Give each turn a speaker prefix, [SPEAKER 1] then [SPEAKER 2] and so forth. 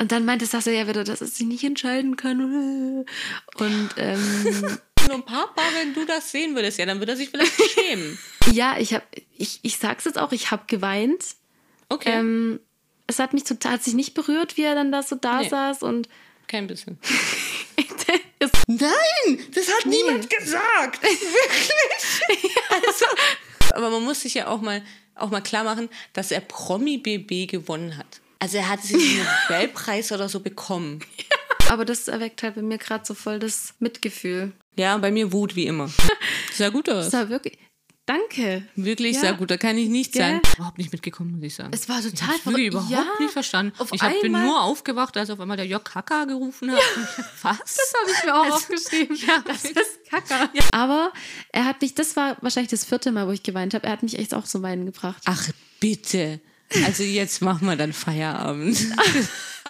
[SPEAKER 1] Und dann meinte Sascha ja wieder, dass er sich nicht entscheiden kann. Und ähm,
[SPEAKER 2] Nur Papa, wenn du das sehen würdest, ja, dann würde er sich vielleicht schämen.
[SPEAKER 1] ja, ich habe, ich, ich sag's jetzt auch, ich habe geweint.
[SPEAKER 2] Okay,
[SPEAKER 1] Ähm, es hat mich total, hat sich nicht berührt, wie er dann da so da
[SPEAKER 2] Nee.
[SPEAKER 1] saß und
[SPEAKER 2] kein bisschen. Hm.
[SPEAKER 1] es
[SPEAKER 2] Nein, das hat
[SPEAKER 1] niemand
[SPEAKER 2] gesagt. Wirklich? Also, aber man muss sich ja auch mal, auch mal klar machen, dass er Promi-BB gewonnen hat. Also er hat sich einen Nobelpreis oder so bekommen.
[SPEAKER 1] Aber das erweckt halt bei mir gerade so voll das Mitgefühl.
[SPEAKER 2] Ja, bei mir Wut wie immer. Sehr gut aus.
[SPEAKER 1] Es war wirklich. Danke.
[SPEAKER 2] Wirklich
[SPEAKER 1] Ja.
[SPEAKER 2] sehr gut, da kann ich nichts
[SPEAKER 1] Gell?
[SPEAKER 2] sagen. Überhaupt nicht mitgekommen, muss ich sagen.
[SPEAKER 1] Es war
[SPEAKER 2] ich
[SPEAKER 1] total
[SPEAKER 2] hab's wirklich überhaupt
[SPEAKER 1] ja.
[SPEAKER 2] nicht verstanden.
[SPEAKER 1] Auf
[SPEAKER 2] ich hab, bin
[SPEAKER 1] einmal-
[SPEAKER 2] nur aufgewacht, als auf einmal der Jörg Hacker gerufen hat. Und ich- Was?
[SPEAKER 1] Das habe ich mir auch
[SPEAKER 2] Also,
[SPEAKER 1] aufgeschrieben.
[SPEAKER 2] ja,
[SPEAKER 1] das
[SPEAKER 2] wirklich.
[SPEAKER 1] ist Kacker. Aber er hat mich, das war wahrscheinlich das vierte Mal, wo ich geweint habe. Er hat mich echt auch zum Weinen gebracht.
[SPEAKER 2] Ach, bitte. Also jetzt machen wir dann Feierabend.